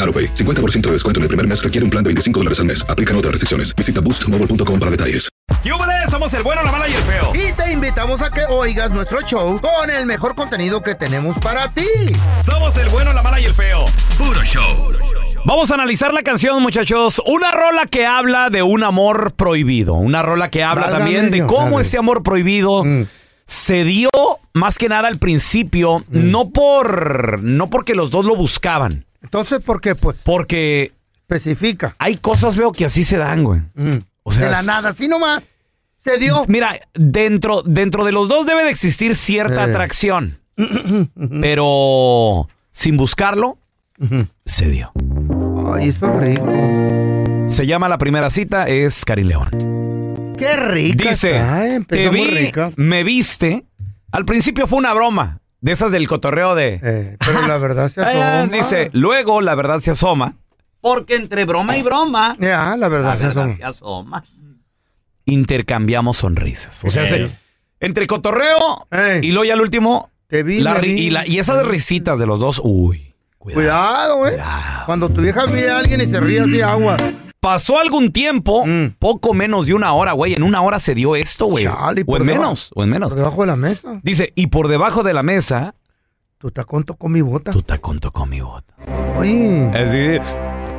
AroPay. 50% de descuento en el primer mes requiere un plan de 25 dólares al mes. Aplican otras restricciones. Visita boostmobile.com para detalles. ¡Yúbales! Somos el bueno, la mala y el feo. Y te invitamos a que oigas nuestro show con el mejor contenido que tenemos para ti. Somos el bueno, la mala y el feo. Puro show. Vamos a analizar la canción, muchachos. Una rola que habla de un amor prohibido. Una rola que habla Válgame también de Dios, Mm. cómo dale. este amor prohibido se dio más que nada al principio, Mm. no por no porque los dos lo buscaban, Entonces, ¿por qué? Pues porque especifica. hay cosas veo que así se dan, güey. Mm. O sea, de la es- nada, así nomás. Se dio. Mira, dentro, dentro de los dos debe de existir cierta Eh. atracción. pero sin buscarlo, se dio. Ay, eso es rico. Se llama la primera cita, es Karin León. Qué rica. Dice, está, eh, te empezó vi, muy rica. me viste. Al principio fue una broma, de esas del cotorreo de... Eh, pero la verdad se "Ah", asoma. dice, luego la verdad se asoma. Porque entre broma y broma, Ya, ah, la verdad Eh, se asoma. asoma. Intercambiamos sonrisas. O sea, se- entre cotorreo Ey. y luego ya el último, Te vi, la me ri- vi. y, la- y esas risitas de los dos, uy, cuidado. Cuidado, eh. Cuidado. Cuando tu vieja mira a alguien y se ríe así, agua. Pasó algún tiempo, Mm. poco menos de una hora, güey. En una hora se dio esto, güey. Chale, O por en deba- menos, o en menos. Por debajo de la mesa. Dice, y por debajo de la mesa, Tu tacón tocó mi bota. tu tacón tocó mi bota. Ay. Así.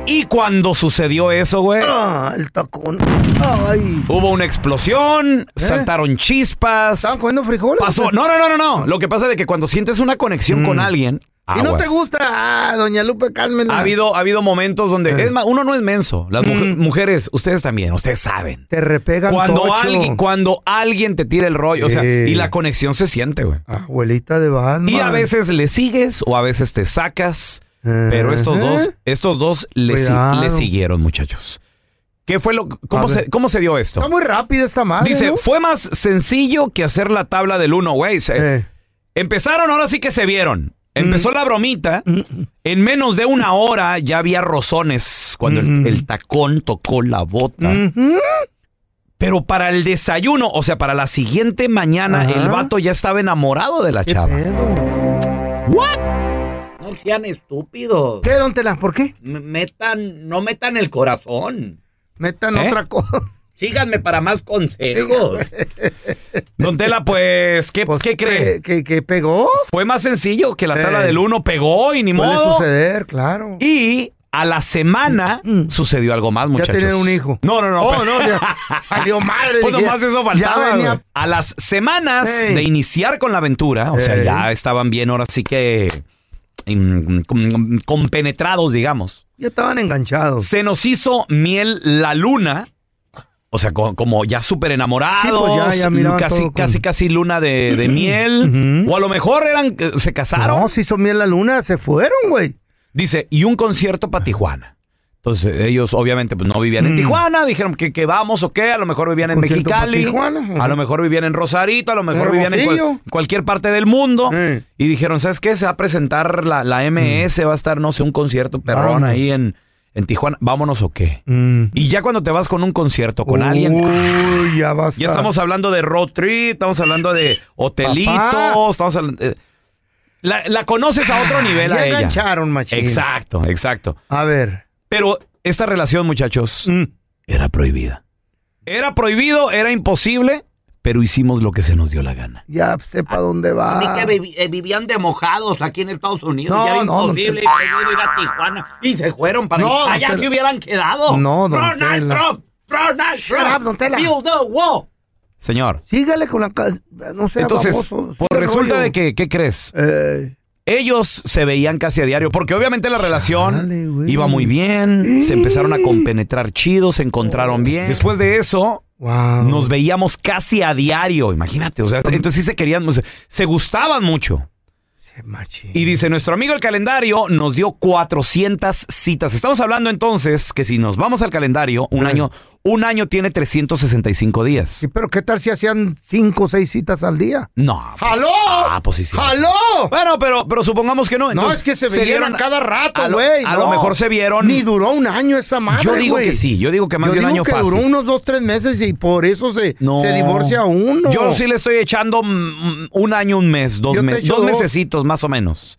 Y cuando sucedió eso, güey, Ah, el tacón. Ay. hubo una explosión, saltaron chispas. ¿Eh? ¿Estaban comiendo frijoles? Pasó. No, no, no, no, no. Lo que pasa es de que cuando sientes una conexión con alguien. Mm. Y no te aguas. gusta, ah, doña Lupe, cálmela. Ha habido, ha habido momentos donde. Eh. Es más, uno no es menso. Las mujer- Mm. mujeres, ustedes también, ustedes saben. Te repegan Cuando tocho. alguien, cuando alguien te tira el rollo, o sea, Sí. y la conexión se siente, güey. Abuelita de Batman. Y a veces le sigues o a veces te sacas, Eh. pero estos dos, estos dos le, si- Cuidado. le siguieron, muchachos. ¿Qué fue lo A cómo se, ver. cómo se dio esto? Está muy rápida esta madre. Dice, ¿no? fue más sencillo que hacer la tabla del uno, güey. Se- Eh, Empezaron, ahora sí que se vieron. Mm. Empezó la bromita. En menos de una hora ya había rozones cuando Mm. el, el tacón tocó la bota. Pero para el desayuno, o sea, para la siguiente mañana, Ajá. el vato ya estaba enamorado de la ¿Qué chava. pedo? No sean estúpidos. ¿Qué, don Tela? ¿Por qué? M- Metan, no metan el corazón. Metan ¿Eh? otra cosa. Síganme para más consejos. Don Tela, pues, ¿qué, Pues, ¿qué cree? Pues, eh, Que, que pegó. Fue más sencillo que la Eh. pues tabla del uno pegó y ni Puede modo. suceder, claro. Y a la semana sucedió algo más, muchachos. Mm, Ya tienen un hijo. No, no, no. Oh, pero- no, ya. Salió madre. Pues dije, nomás eso Ya faltaba. venía. güey. A las semanas Ey. de iniciar con la aventura, o sea, Ey. ya estaban bien, ahora sí que mm, com- compenetrados, digamos. Ya estaban enganchados. Se nos hizo miel la luna. O sea, co- como ya súper enamorados, Sí, pues ya- ya miraban casi, todo con- casi, casi luna de, de miel. O a lo mejor eran, eh, se casaron. No, se hizo miel la luna, se fueron, güey. Dice, y un concierto para Tijuana. Entonces, ellos obviamente pues, no vivían en Tijuana, dijeron que, que vamos o qué, a lo mejor vivían en Mm. Concierto pa' Mexicali, Tijuana, ajá. a lo mejor vivían en Rosarito, a lo mejor En vivían en cual- Hermosillo. cualquier parte del mundo. Sí. Mm. Y dijeron, ¿sabes qué? Se va a presentar la, la MS, va a estar, no sé, un concierto perrón Vamos. ahí en, en Tijuana, vámonos o qué. Y ya cuando te vas con un concierto, Mm. con alguien, Uy, ya basta. ya estamos hablando de road trip, estamos hablando de hotelitos, Papá. estamos hablando... eh, la, la conoces a otro nivel Ah, Ya a ella. engancharon, machín. Exacto, exacto. A ver. Pero esta relación, muchachos, Mm. era prohibida. Era prohibido, era imposible, pero hicimos lo que se nos dio la gana. Ya sepa dónde A va. mí que vivi- eh, vivían de mojados aquí en Estados Unidos. Ah. No, ya era no, imposible don ir a Tijuana. Y se fueron para No, don allá Tela. que hubieran quedado. No, don Ronald Tela. Trump. Ronald Trump. up, don Tela. Build the wall. Señor, Sígale con la... ca- No sea entonces, baboso, pues sigue el resulta rollo. de que, ¿qué crees? Eh, Ellos se veían casi a diario, porque obviamente la Chale, relación güey. iba muy bien, se empezaron a compenetrar chido, se Oh. encontraron bien. Después de eso, wow. nos veíamos casi a diario, imagínate, o sea, entonces sí se querían, o sea, se gustaban mucho. Machín. Y dice, nuestro amigo el calendario nos dio 400 citas. Estamos hablando entonces que si nos vamos al calendario, un Eh. año, un año tiene 365 días. Sí, pero ¿qué tal si hacían cinco o seis citas al día? No. ¡Jaló! Ah, pues sí, sí. ¡Jaló! Bueno, pero, pero supongamos que no. No, Entonces, es que se veían dieron- cada rato, a lo- güey. A, no. lo mejor se vieron. Ni duró un año esa madre, yo digo güey. que sí, yo digo que más Yo de un digo año que fácil. duró unos dos, tres meses y por eso se, No. se divorcia uno. Yo sí le estoy echando mm, un año, un mes, dos Yo te meses, echo dos dos. Ah. mesecitos más o menos.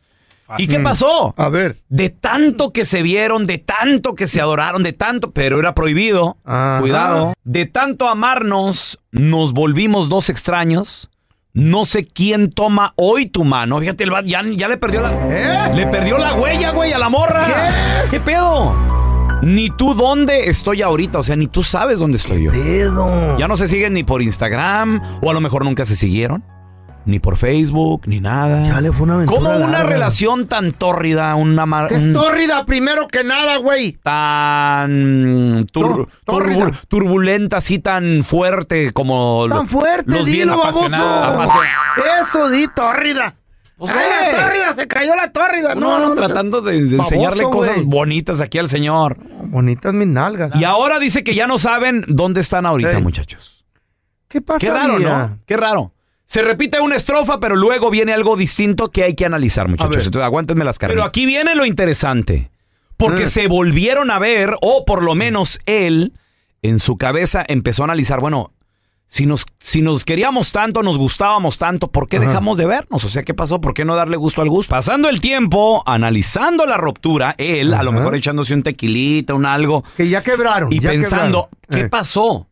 ¿Y qué pasó? A ver. De tanto que se vieron, de tanto que se adoraron, de tanto, pero era prohibido. Ajá. Cuidado. De tanto amarnos, nos volvimos dos extraños. No sé quién toma hoy tu mano. Fíjate, el vato ya, ya le perdió la. ¿Eh? Le perdió la huella, güey, a la morra. ¿Qué, pedo? Ni tú dónde estoy ahorita, o sea, ni tú sabes dónde estoy yo. Pedo. Ya no se siguen ni por Instagram, o a lo mejor nunca se siguieron, ni por Facebook, ni nada. Ya le fue una aventura ¿Cómo una larga. relación Mm. tan tórrida, una mar- ¡Qué un- estórrida primero que nada, güey! tan tur- Tó- tórrida. turbul- turbulenta, así tan fuerte como lo- ¡Tan fuerte, los bien dilo, baboso! apasionados. apasionados. ¡Eso, di, tórrida! Pues, ¡Ay, la güey. tórrida! ¡Se cayó la tórrida! No, no, tratando de, de Baboso, enseñarle cosas güey. bonitas aquí al señor. Bonitas mis nalgas. Y ahora dice que ya no saben dónde están ahorita, Ey. muchachos. ¿Qué pasa? Qué raro, ¿no? Qué raro. Se repite una estrofa, pero luego viene algo distinto que hay que analizar, A ver. muchachos. Entonces, aguántenme las Mm. caras. Pero aquí viene lo interesante. Porque Eh. se volvieron a ver, o por lo menos él, en su cabeza, empezó a analizar, bueno, si nos, si nos queríamos tanto, nos gustábamos tanto, ¿por qué Ajá. dejamos de vernos? O sea, ¿qué pasó? ¿Por qué no darle gusto al gusto? Pasando el tiempo, analizando la ruptura, él, a lo Ajá. mejor echándose un tequilita, un algo, Que ya quebraron. y ya pensando, ¿qué quebraron. Eh, pasó?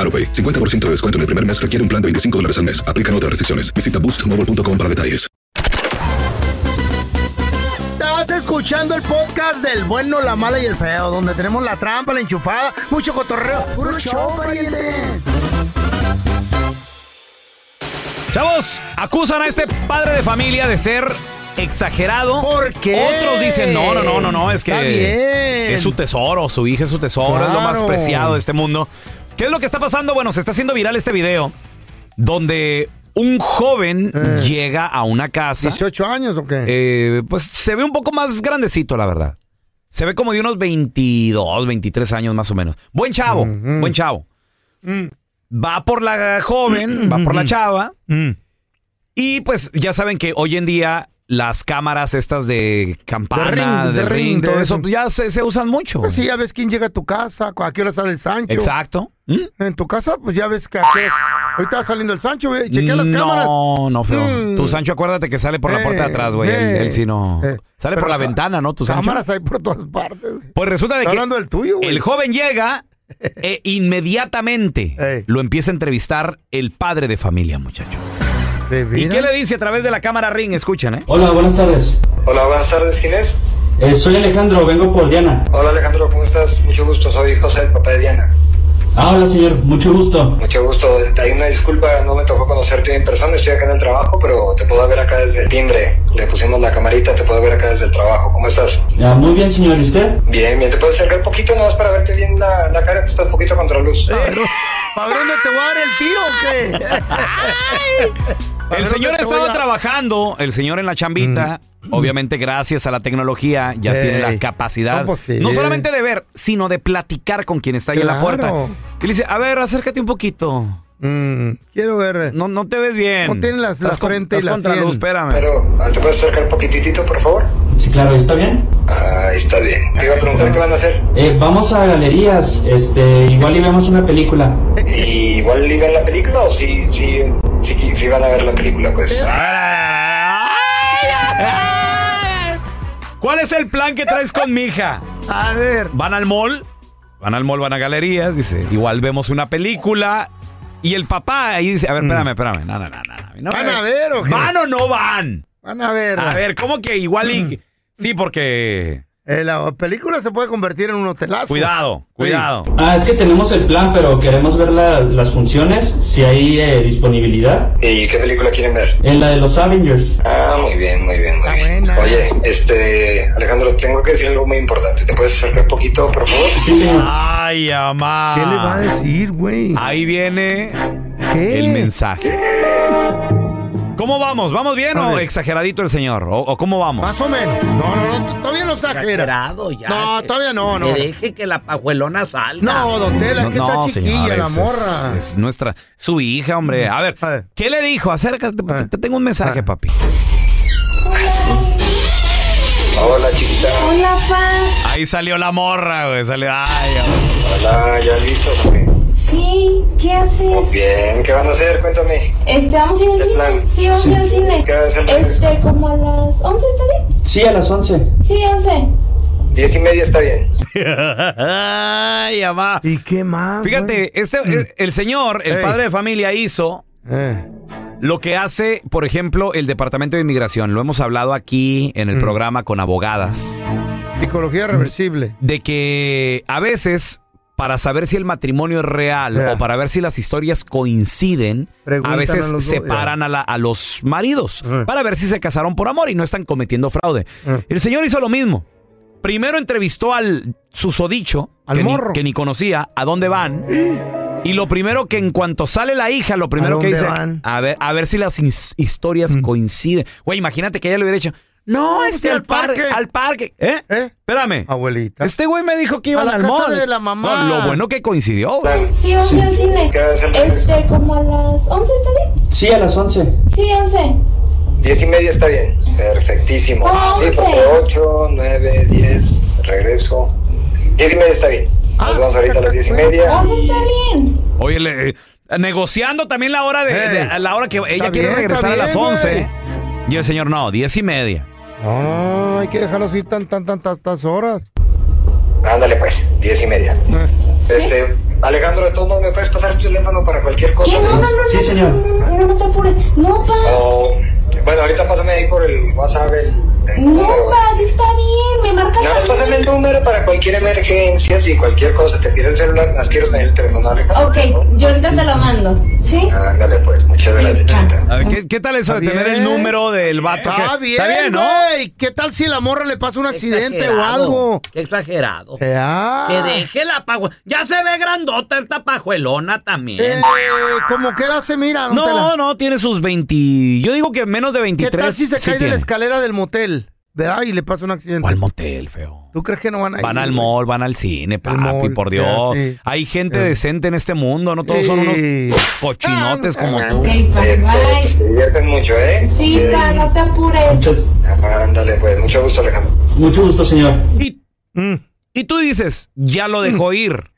AroPay. 50% de descuento en el primer mes requiere un plan de 25 dólares al mes. Aplican otras restricciones. Visita boostmobile.com para detalles. ¡Te va Estás escuchando el podcast del bueno, la mala y el feo, donde tenemos la trampa, la enchufada, mucho cotorreo. ¡Puro show, pariente! Chavos, acusan a este padre de familia de ser exagerado. ¿Por qué? Otros dicen, no, no, no, no, no, es Está que bien. es su tesoro, su hija es su tesoro, es lo más Claro. preciado de este mundo. ¿Qué es lo que está pasando? Bueno, se está haciendo viral este video donde un joven Eh. llega a una casa. ¿18 años o qué? Eh, pues se ve un poco más grandecito, la verdad. Se ve como de unos 22, 23 años más o menos. Buen chavo, Mm, buen chavo. Va por la joven, va por Mm. la chava. Y pues ya saben que hoy en día las cámaras estas de campana, De ring, de de ring, ring, todo de eso, eso. ya se, se usan mucho. Pues sí, ya ves quién llega a tu casa, a qué hora sale el Sancho. Exacto. ¿Mm? En tu casa, pues ya ves que a qué- ahorita está saliendo el Sancho, ve, chequea las cámaras. No, no, feo. Mm. Tu Sancho, acuérdate que sale por la puerta de Eh, atrás, güey. Él, eh, él sí no. eh. Sale Pero por la ca- ventana, ¿no? Tu Sancho. Cámaras hay por todas partes. güey. Pues resulta de Está que hablando del tuyo, güey. el joven llega e inmediatamente Ey. lo empieza a entrevistar el padre de familia, muchachos. De ¿Y veras. qué le dice a través de la cámara Ring? Escuchen, ¿eh? Hola, buenas tardes. Hola, buenas tardes, ¿quién es? Eh, soy Alejandro, vengo por Diana. Hola Alejandro, ¿cómo estás? Mucho gusto, soy José, el papá de Diana. Ah, hola señor, mucho gusto. Mucho gusto, hay una disculpa, no me tocó conocerte en persona, estoy acá en el trabajo, pero te puedo ver acá desde el timbre. Le pusimos la camarita, te puedo ver acá desde el trabajo. ¿Cómo estás? Ah, muy bien señor, ¿y usted? Bien, bien, ¿te puedes acercar poquito nada más para verte bien la, la cara? que Estás un poquito contra luz. ¿Para dónde te voy a dar el tiro o qué? A El ver, señor ¿dónde te voy estaba a- Mm. trabajando, el señor en la chambita. Obviamente, gracias a la tecnología, ya Ey. tiene la capacidad, No, pues, sí. no solamente de ver, sino de platicar con quien está ahí en la puerta. Claro. Y le dice, a ver, acércate un poquito. Mm, quiero ver. No, no te ves bien. No tiene las- la Estás con- frente y estás la contra sien. luz, espérame. Pero, ah, ¿te puedes acercar poquitito, por favor? Sí, claro, ¿está bien? Ah, ahí está bien. Te iba a preguntar qué van a hacer. Eh, vamos a galerías, este, igual y vemos una película. ¿Y igual iban la película o sí, sí, sí, sí van a ver la película? Pues... ¿Cuál es el plan que traes con mi hija? A ver. Van al mall, van al mall, van a galerías, dice, igual vemos una película. Y el papá ahí dice, a ver, espérame, espérame. No, no, no, no. no Mm. ¿Van a ver o qué? ¿Van o no van? Van a ver. A ver, ¿cómo que igual Mm. y... Sí, porque... Eh, la película se puede convertir en un hotelazo. Cuidado, cuidado. Ah, es que tenemos el plan, pero queremos ver la- las funciones, si hay eh, disponibilidad. ¿Y qué película quieren ver? En la de los Avengers. Ah, muy bien, muy bien, muy Está bien. buena. Oye, este, Alejandro, tengo que decir algo muy importante. ¿Te puedes acercar un poquito, por favor? Sí, señor. Ay, amá. ¿Qué le va a decir, güey? Ahí viene ¿Qué? el mensaje. ¿Cómo vamos? ¿Vamos bien A o ver. Ah, exageradito el señor? ¿O, o cómo vamos? Más o menos. No, no, no. Todavía no exagera. Exagerado ya. No, que- todavía no, no. Que deje que la pajuelona salga. No, don Tela, es que está chiquilla señor, la es- es- morra. Es, nuestra, su hija, hombre. A ver, A ver. ¿qué le dijo? Acércate, porque ver. te tengo un mensaje, papi. Hola, chiquita. Hola, pa. Ahí salió la morra, güey. Salió, ay, amor. Hola, ¿ya listos o qué? Sí, ¿qué Muy haces? bien, ¿qué van a hacer? Cuéntame. Este, vamos a ir al ¿Qué cine. plan? Sí, vamos a ir al cine. ¿Qué hora es el Este, como a las 11, ¿está bien? Sí, a las 11. Sí, 11. Diez y media está bien. ay, amá. ¿Y qué más? güey? Fíjate, este, el, el señor, el Ey. padre de familia, hizo Eh, Lo que hace, por ejemplo, el Departamento de Inmigración, lo hemos hablado aquí en Mm. el programa con abogadas, Mm. psicología reversible. de que a veces, para saber si el matrimonio es real Ya. o para ver si las historias coinciden, Preguntan a veces a los dos, separan a, la- a los maridos Ajá. para ver si se casaron por amor y no están cometiendo fraude. Ajá. El señor hizo lo mismo. Primero entrevistó al susodicho, Al que, ni, morro. que ni conocía, a dónde van. Y lo primero que en cuanto sale la hija, lo primero que dónde dice, van? Mm. a ver, a ver si las his- historias coinciden. Güey, imagínate que ella le hubiera dicho, no, este al al parque, parque. al parque, ¿eh? ¿eh, Espérame. abuelita? Este güey me dijo que iban la al casa mall. de la mamá. No, lo bueno que coincidió. güey. Plan, Sí, vamos a ir al cine. ¿Qué hora es el regreso? Este, como a las 11, ¿está bien? Sí, a las 11. Sí, 11. Diez y media está bien. Perfectísimo. Sí, Ah, Once. porque ocho, nueve, diez, regreso. Diez y media está bien. Ah, Nos vamos ahorita a las diez y media. 11 está bien. Oye, le- eh, negociando también la hora de, Hey. de- a la hora que ella Eh, Está quiere bien, regresar está a las bien, 11. güey. Y el señor, no, diez y media. No, no, no, hay que dejarlos ir tan, tan, tan, tantas horas. Ándale pues, diez y media. Eh, Este, Alejandro, de todos modos, ¿me puedes pasar tu teléfono para cualquier cosa? ¿Qué? No, no, no, no. Sí, no, señor. No, no, no, no te apures. No, pa. O- bueno, ahorita pásame ahí por el WhatsApp el, No, pa, sí está bien. Me marcas Nada más a mí. pásame el número para cualquier emergencia, si cualquier cosa te pide el celular, las quiero tener el teléfono alejado. Ok, yo ahorita te lo mando. ¿Sí? Ándale pues, muchas gracias, chiquita. A ver, ¿qué, qué tal eso de Está tener el bien. número del vato? que- Está bien, Está bien, ¿no? güey. ¿Qué tal si la morra le pasa un accidente o algo? Eh. Ah, Qué exagerado. Ya. Que deje la pajuelona. Ya se ve grandota esta pajuelona también. Eh, como queda se mira, don Tela. No, no, tiene sus 20. Yo digo que menos de ¿Qué 23. tal si se sí cae de la tiene. escalera del motel? ¿Verdad? Y le pasa un accidente. ¿Cuál motel, feo? ¿Tú crees que no van a ir? Van al güey? mall, van al cine, papi, mall, por ya, Dios. sí. Hay gente Eh. decente en este mundo, no todos son unos Sí. Ah, cochinotes como tú. Ok, pa, Este, bye. pues, te divierten mucho, ¿eh? Sí, Eh, pa, no te apures. Muchas, Ándale pues, mucho gusto Alejandro. mucho gusto, señor. ah. Y, mm, y tú dices, ya lo dejó ir. Mm.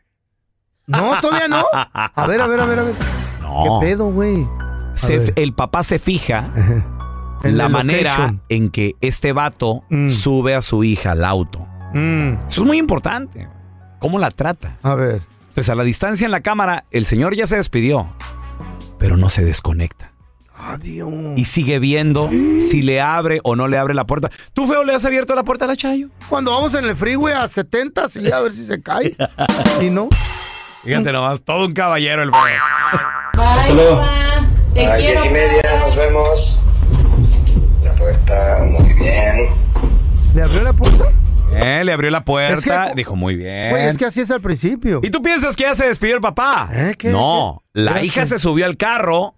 No, todavía no. A ver, a ver, a ver, a ver. No. ¿Qué pedo, güey? Se- ver. el papá se fija En la el manera location. en que este vato Mm. sube a su hija al auto. Mm, Eso es muy importante. ¿Cómo la trata? a ver. Pues a la distancia en la cámara, el señor ya se despidió, pero no se desconecta. Adiós. Y sigue viendo si le abre o no le abre la puerta. ¿Tú, feo, le has abierto la puerta a la Chayo? Cuando vamos en el freeway a 70, sí, a ver si se cae. Si no. Fíjate nomás, todo un caballero el feo. Bye, luego. pa. Te A las quiero. diez y pa. media, nos vemos. La puerta, muy bien. ¿Le abrió la puerta? Eh, le abrió la puerta, Es que- dijo muy bien. Güey, es que así es al principio. ¿Y tú piensas que ya se despidió el papá? ¿Eh? ¿Qué? no, ¿Qué? pues- la Espérate. hija se subió al carro.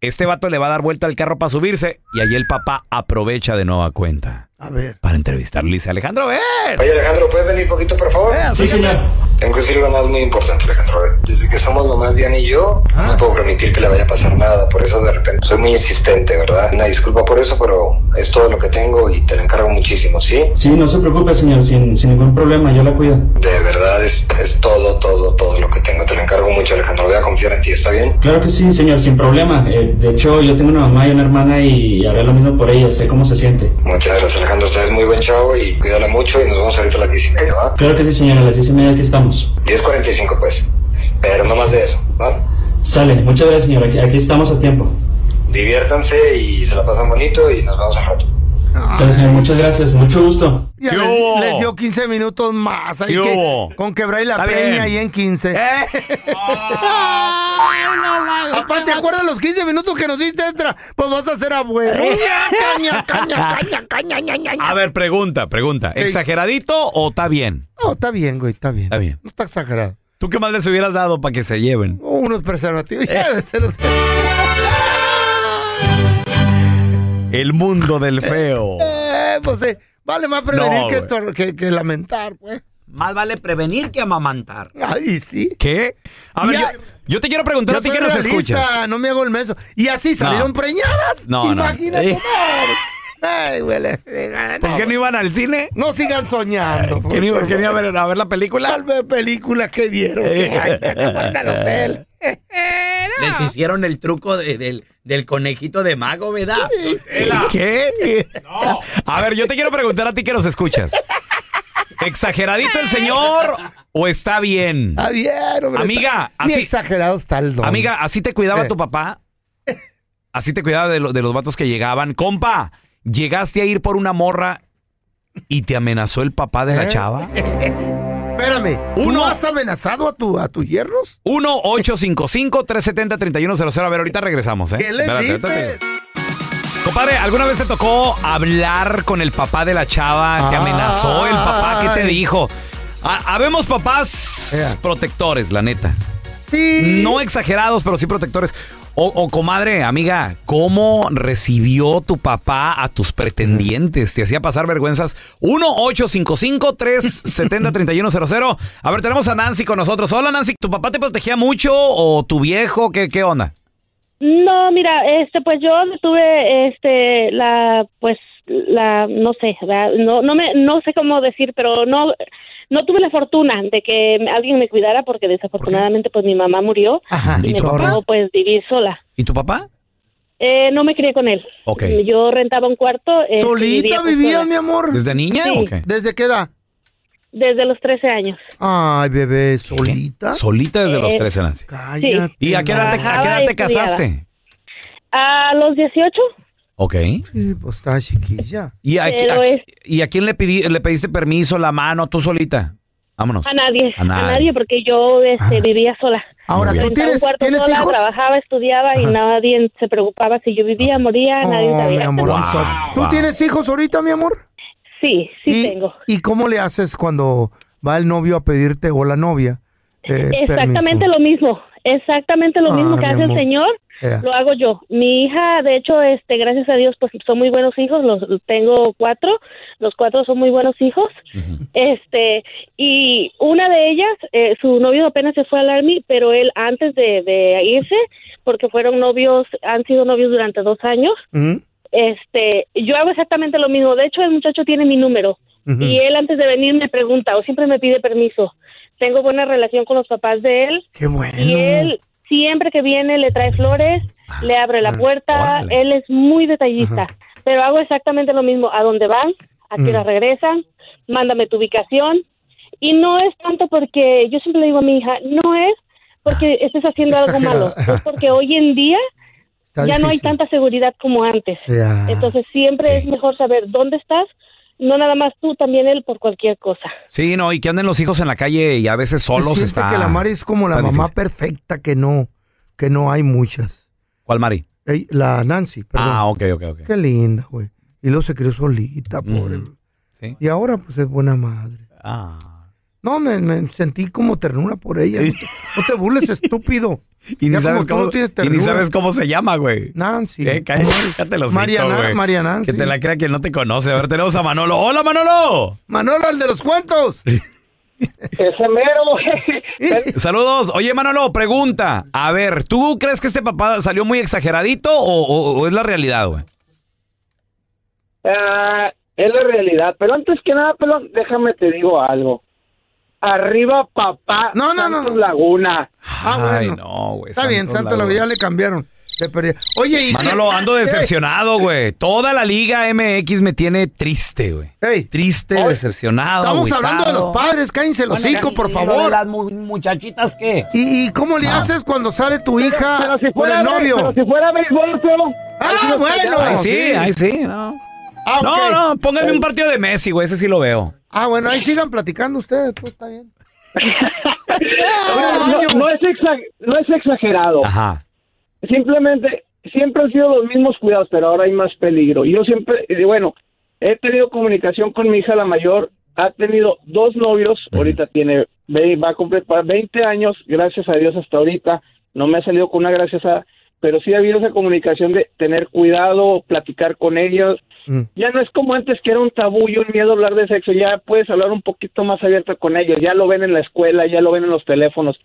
Este vato le va a dar vuelta al carro para subirse. Y ahí el papá aprovecha de nueva cuenta A ver. para entrevistarlo. Le dice, Alejandro, ven. Oye Alejandro, ¿puedes venir poquito por favor? Sí, señor. Tengo que decir algo más muy importante, Alejandro. Desde que somos nomás Diana y yo, no puedo permitir que le vaya a pasar nada. Por eso de repente soy muy insistente, ¿verdad? Una disculpa por eso, pero es todo lo que tengo y te lo encargo muchísimo, ¿sí? Sí, no se preocupe, señor, sin, sin ningún problema, yo la cuido. De verdad es, es todo, todo, todo lo que tengo. Te lo encargo mucho, Alejandro. Voy a confiar en ti, ¿está bien? Claro que sí, señor, sin problema. Eh, de hecho, yo tengo una mamá y una hermana y haré lo mismo por ella, sé cómo se siente. Muchas gracias, Alejandro. Usted es muy buen chavo y cuídala mucho y nos vemos ahorita a las 10 y media, ¿va? Claro que sí, señor, a las diez y media aquí estamos. 10.45, pues. Pero no más de eso, ¿va? Sale, muchas gracias, señor, aquí, aquí estamos a tiempo. Diviértanse y se la pasan bonito y nos vemos al rato. Sale, señor, muchas gracias, mucho gusto. Ya ¿Qué les, hubo? les dio 15 minutos más. Ahí ¿Qué que- hubo? Eh, Con quebrar y la Está peña bien. ahí en 15. Papá, ¿te acuerdas los 15 minutos que nos diste extra? Pues vas a ser abuelo. Eh. caña, caña, caña, caña, ña, ña, ña. A ver, pregunta, pregunta. Ey. ¿Exageradito o está bien? No, está bien, güey, está bien. Está bien. No está exagerado. ¿Tú qué más les hubieras dado para que se lleven? Unos preservativos. Eh. lléveselos. El mundo del feo. Eh, pues eh, vale más prevenir No, que, güey. estor- que, que lamentar, pues. Más vale prevenir que amamantar. Ay, sí. ¿Qué? A ver, yo, Ya- yo te quiero preguntar Yo a ti soy que nos realista, escuchas. No me hago el menso. Y así salieron preñadas. No, no. Imagínate. Eh. no. Ay, güey, la fregada, ¿Por no, qué Pues, no güey. iban al cine? No sigan soñando. ¿Qué no iban- qué no iban a ver, a ver la película? Tal vez películas que Eh. vieron. que ay, que no van al hotel. Les hicieron el truco de- del, del conejito de mago, ¿verdad? ¿Qué? A ver, yo te quiero preguntar a ti que nos escuchas. ¿Exageradito el señor o está bien? Está bien, hombre. Amiga, Está- ni así- exagerado está el don. Amiga, ¿así te cuidaba Eh. tu papá? ¿Así te cuidaba de, lo- de los vatos que llegaban? Compa, llegaste a ir por una morra y te amenazó el papá de la Eh. chava. Espérame. ¿Tú Uno. no has amenazado a, tu, a tus hierros? 1-855-370-3100. A ver, ahorita regresamos, ¿eh? ¿Qué le Espérate, ahorita te dices? digo. Compadre, ¿alguna vez te tocó hablar con el papá de la chava? ¿Te amenazó el papá? ¿Qué te Ay. dijo? Ha- Habemos papás Ea. protectores, la neta. Sí. No exagerados, pero sí protectores. O, o, comadre, amiga, ¿cómo recibió tu papá a tus pretendientes? ¿Te hacía pasar vergüenzas? 1-855-370-3100. A ver, tenemos a Nancy con nosotros. Hola, Nancy. ¿Tu papá te protegía mucho o tu viejo? ¿Qué, qué onda? No, mira, este, pues yo tuve, este, la, pues, la, no sé, ¿verdad? no, no me, no sé cómo decir, pero no, no tuve la fortuna de que alguien me cuidara porque desafortunadamente, pues, mi mamá murió Ajá. ¿Y y me tu papá? tocó, pues, vivir sola. ¿Y tu papá? Eh, no me crié con él. Ok. Yo rentaba un cuarto. este, ¿Solita pues, vivía, sola. mi amor? ¿Desde niña Sí. o qué? ¿Desde qué edad? Desde los 13 años. Ay, bebé, ¿solita? Solita desde los Eh, 13, Nancy. Cállate. ¿Y a qué edad te, a qué Trabajaba edad y te casaste? A los 18, Ok. Sí, pues está chiquilla. ¿Y a, Pero a- es- ¿y a quién le, pidi- le pediste permiso, la mano, tú solita? Vámonos. A nadie, A a nadie. Ah. nadie, porque yo este, vivía sola. Ahora, ¿tú Rentaba un tienes- cuarto tienes sola, hijos? Trabajaba, estudiaba y nadie se preocupaba si yo vivía, moría, nadie Oh, sabía. mi amor, I'm sorry. ¿Tú wow. tienes hijos ahorita, mi amor? Sí, sí tengo. ¿Y cómo le haces cuando va el novio a pedirte o la novia? eh, Exactamente permiso? lo mismo, exactamente lo Ah, mismo que mi hace el amor. señor, Yeah. lo hago yo. Mi hija, de hecho, este, gracias a Dios, pues son muy buenos hijos, los tengo cuatro, los cuatro son muy buenos hijos, este, y una de ellas, eh, su novio apenas se fue al army, pero él antes de, de irse, porque fueron novios, han sido novios durante dos años, Mm. este, yo hago exactamente lo mismo. De hecho, el muchacho tiene mi número Ujú. y él antes de venir me pregunta o siempre me pide permiso. Tengo buena relación con los papás de él Qué bueno. y él siempre que viene le trae flores, le abre la puerta, Ah, órale. él es muy detallista. Pero hago exactamente lo mismo. ¿A dónde van? ¿A qué Mm. hora regresan? Mándame tu ubicación. Y no es tanto porque yo siempre le digo a mi hija, no es porque Ah, estés haciendo algo malo, Exagerada. es porque hoy en día Está ya no hay difícil. tanta seguridad como antes. Ya. Entonces siempre es mejor saber dónde estás, no nada más tú, también él por cualquier cosa. Sí, no, y que anden los hijos en la calle y a veces solos Siente está. que la Mari es como la está mamá difícil. perfecta que no, que no hay muchas. ¿Cuál Mari? Ey, la Nancy, perdón. Ah, ok, ok, ok. Qué linda, güey. Y luego se crió solita, pobre. Y ahora, pues, es buena madre. Ah. No, me, me sentí como ternura por ella. No te, no te burles, estúpido. Y Ya ni, como sabes tú no cómo, tienes y ni ternura. sabes cómo se llama, güey. Nancy. Eh, cállate, cállate los Mariana- Mariana, Que sí. te la crea quien no te conoce. A ver, tenemos a Manolo. ¡Hola, Manolo! Manolo, el de los cuentos. Ese mero, güey. Saludos. Oye, Manolo, pregunta. A ver, ¿tú crees que este papá salió muy exageradito o, o- o es la realidad, güey? Ah, es la realidad. Pero antes que nada, pelón, déjame te digo algo. Arriba, Ah, papá. No, no, no. Laguna. Ay, no, güey. Ah, Está bien, Santo la vida le cambiaron. Le perdí. Oye, y. Manolo, ando decepcionado, güey. Toda la Liga MX me tiene triste, güey. Triste, decepcionado, Estamos agüitado. hablando de los padres, cállense los Bueno, hijos, por y favor. lo de las muchachitas qué? ¿Y, y cómo le Ah. haces cuando sale tu hija pero si con fuera el be- novio? pero si fuera béisbol, pero. Ah, bueno. Ahí sí, ahí sí, No, ah, ok. No, no, póngame un partido de Messi, güey. Ese sí lo veo. Ah, bueno, ahí sigan platicando ustedes, pues está bien. No, no- no es exa- no es exagerado. Ajá. Simplemente, siempre han sido los mismos cuidados, pero ahora hay más peligro. Yo siempre, eh, bueno, he tenido comunicación con mi hija, la mayor, ha tenido dos novios, ahorita tiene, ve- va a cumplir para 20 años, gracias a Dios hasta ahorita, no me ha salido con una gracias a, pero sí ha habido esa comunicación de tener cuidado, platicar con ellos. Mm. Ya no es como antes que era un tabú y un miedo hablar de sexo, ya puedes hablar un poquito más abierto con ellos, ya lo ven en la escuela, ya lo ven en los teléfonos,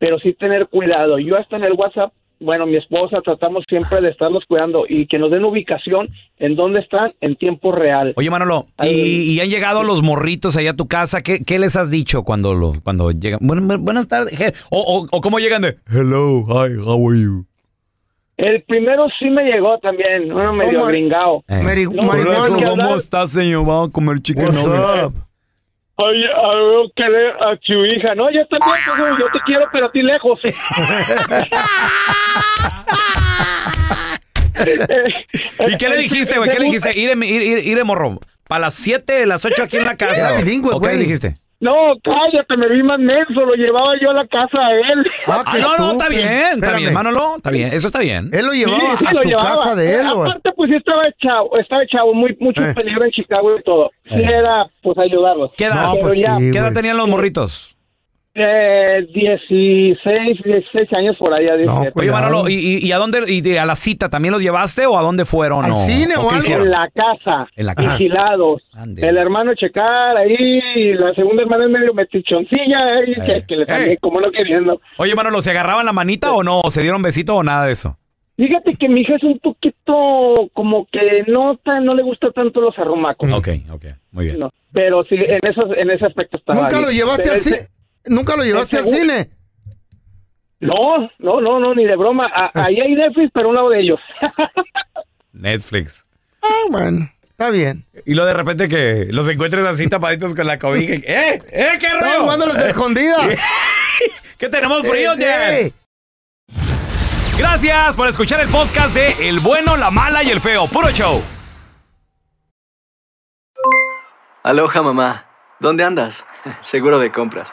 pero sí tener cuidado. Yo hasta en el WhatsApp, bueno, mi esposa tratamos siempre de estarlos cuidando y que nos den ubicación en dónde están en tiempo real. Oye, Manolo, ¿y, y han llegado los morritos allá a tu casa? ¿Qué, qué les has dicho cuando, lo, cuando llegan? Bueno, bu- buenas tardes. je- O, o- o cómo llegan de Hello, hi, how are you? El primero sí me llegó también, uno medio Omar. gringao. Eh. Mary- No, Mary- no, no, no, no. estás, señor? Vamos a comer chicken What's up? Oye, a ver, querer a tu hija. No, yo también, pues, yo te quiero, pero a ti lejos. ¿Y qué le dijiste, güey? ¿Qué le dijiste? Ir, de- ir, ir- ir de morro. Para las 7, las 8 aquí en la casa. Era güey. bilingüe, ¿O qué le güey. dijiste? No, cállate, me vi más menso, lo llevaba yo a la casa a él. Ah, Ah, no, no, está bien, está bien, Manolo, está bien, eso está bien. Él lo Sí, llevaba sí, a lo su llevaba. casa de él, Ah. güey. Aparte, pues sí estaba chavo, estaba chavo, muy, mucho Eh. peligro en Chicago y todo. Sí Eh. era, pues, ayudarlos. ¿Qué edad, pues Pero ya, ¿Qué edad tenían los morritos? eh, 16, 16 años por allá. 17. pues Oye, Manolo, ¿y, y, y a dónde, y de- a la cita, también los llevaste o a dónde fueron? ¿Al o, cine o algo? qué hicieron? En la casa. En la casa. Vigilados. Ándele. El hermano checar ahí, y la segunda hermana es medio metichoncilla, ahí, que, que le también, como no queriendo. Oye, Manolo, ¿se agarraban la manita o no? ¿O ¿Se dieron besito o nada de eso? Fíjate que mi hija es un poquito como que no tan, no le gusta tanto los arrumacos. Ok, ok, muy bien. No, pero sí, en, esos, en ese aspecto estaba ¿Nunca bien. lo llevaste Pero al ese- cine? ¿Nunca lo llevaste al seguro. cine? No, no, no, no, ni de broma. A- ahí hay Netflix, pero a un lado de ellos. Netflix. Ah, bueno, está bien. Y luego de repente que los encuentres así tapaditos con la cobija. y- ¡Eh! ¡Eh, qué Estaba rollo! jugando a las escondidas. ¿Qué tenemos frío, Sí, Jack? sí. Gracias por escuchar el podcast de El bueno, la mala y el feo. Puro show. Aloha mamá, ¿dónde andas? Seguro de compras.